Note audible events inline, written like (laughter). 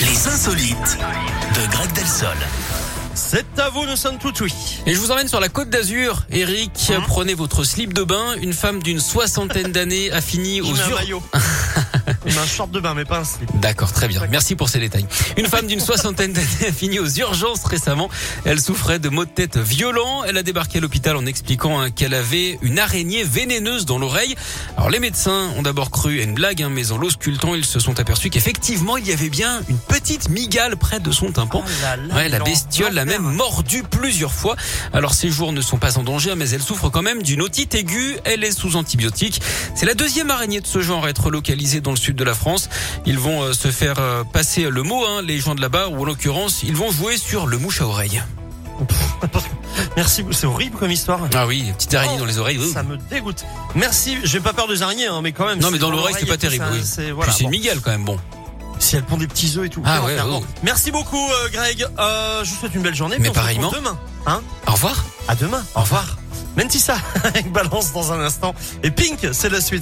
Les insolites de Greg Delsol. C'est à vous, nous sommes tout oui. Et je vous emmène sur la côte d'Azur. Eric, Hein prenez votre slip de bain. Une femme d'une soixantaine d'années a fini Je aux mets un (laughs) urgences. maillot. Je mets un short de bain, mais pas un slip. D'accord, très bien. Merci pour ces détails. Une femme d'une soixantaine d'années a fini aux urgences récemment. Elle souffrait de maux de tête violents. Elle a débarqué à l'hôpital en expliquant hein, qu'elle avait une araignée vénéneuse dans l'oreille. Alors les médecins ont d'abord cru à une blague, hein, mais en l'auscultant, ils se sont aperçus qu'effectivement, il y avait bien une petite migale près de son tympan. Ouais, la bestiole l'a même mordu plusieurs fois. Alors ses jours ne sont pas en danger, mais elle souffre quand même d'une otite aiguë. Elle est sous antibiotiques. C'est la deuxième araignée de ce genre à être localisée dans le sud de la France. Ils vont euh, se faire euh, passer le mot, hein, les gens de là-bas, ou en l'occurrence, ils vont jouer sur le mouche à oreille. Merci, c'est horrible comme histoire. Ah oui, petite araignée dans les oreilles. ouh. Oh, Ça me dégoûte. Merci, j'ai pas peur des araignées, hein, mais quand même. Non c'est mais dans l'oreille c'est pas et tout, terrible. ça, oui. c'est- Puis voilà, c'est une bon. migale quand même. Bon, Si elle pond des petits œufs et tout. Ah c'est ouais, enfer. ouais, Bon. ouais. Merci beaucoup, euh, Greg. Euh, je vous souhaite une belle journée. Mais puis on se retrouve pareillement. Demain, hein au revoir. (laughs) À demain. Au revoir. Mentissa avec Balance dans un instant. Et Pink, c'est la suite.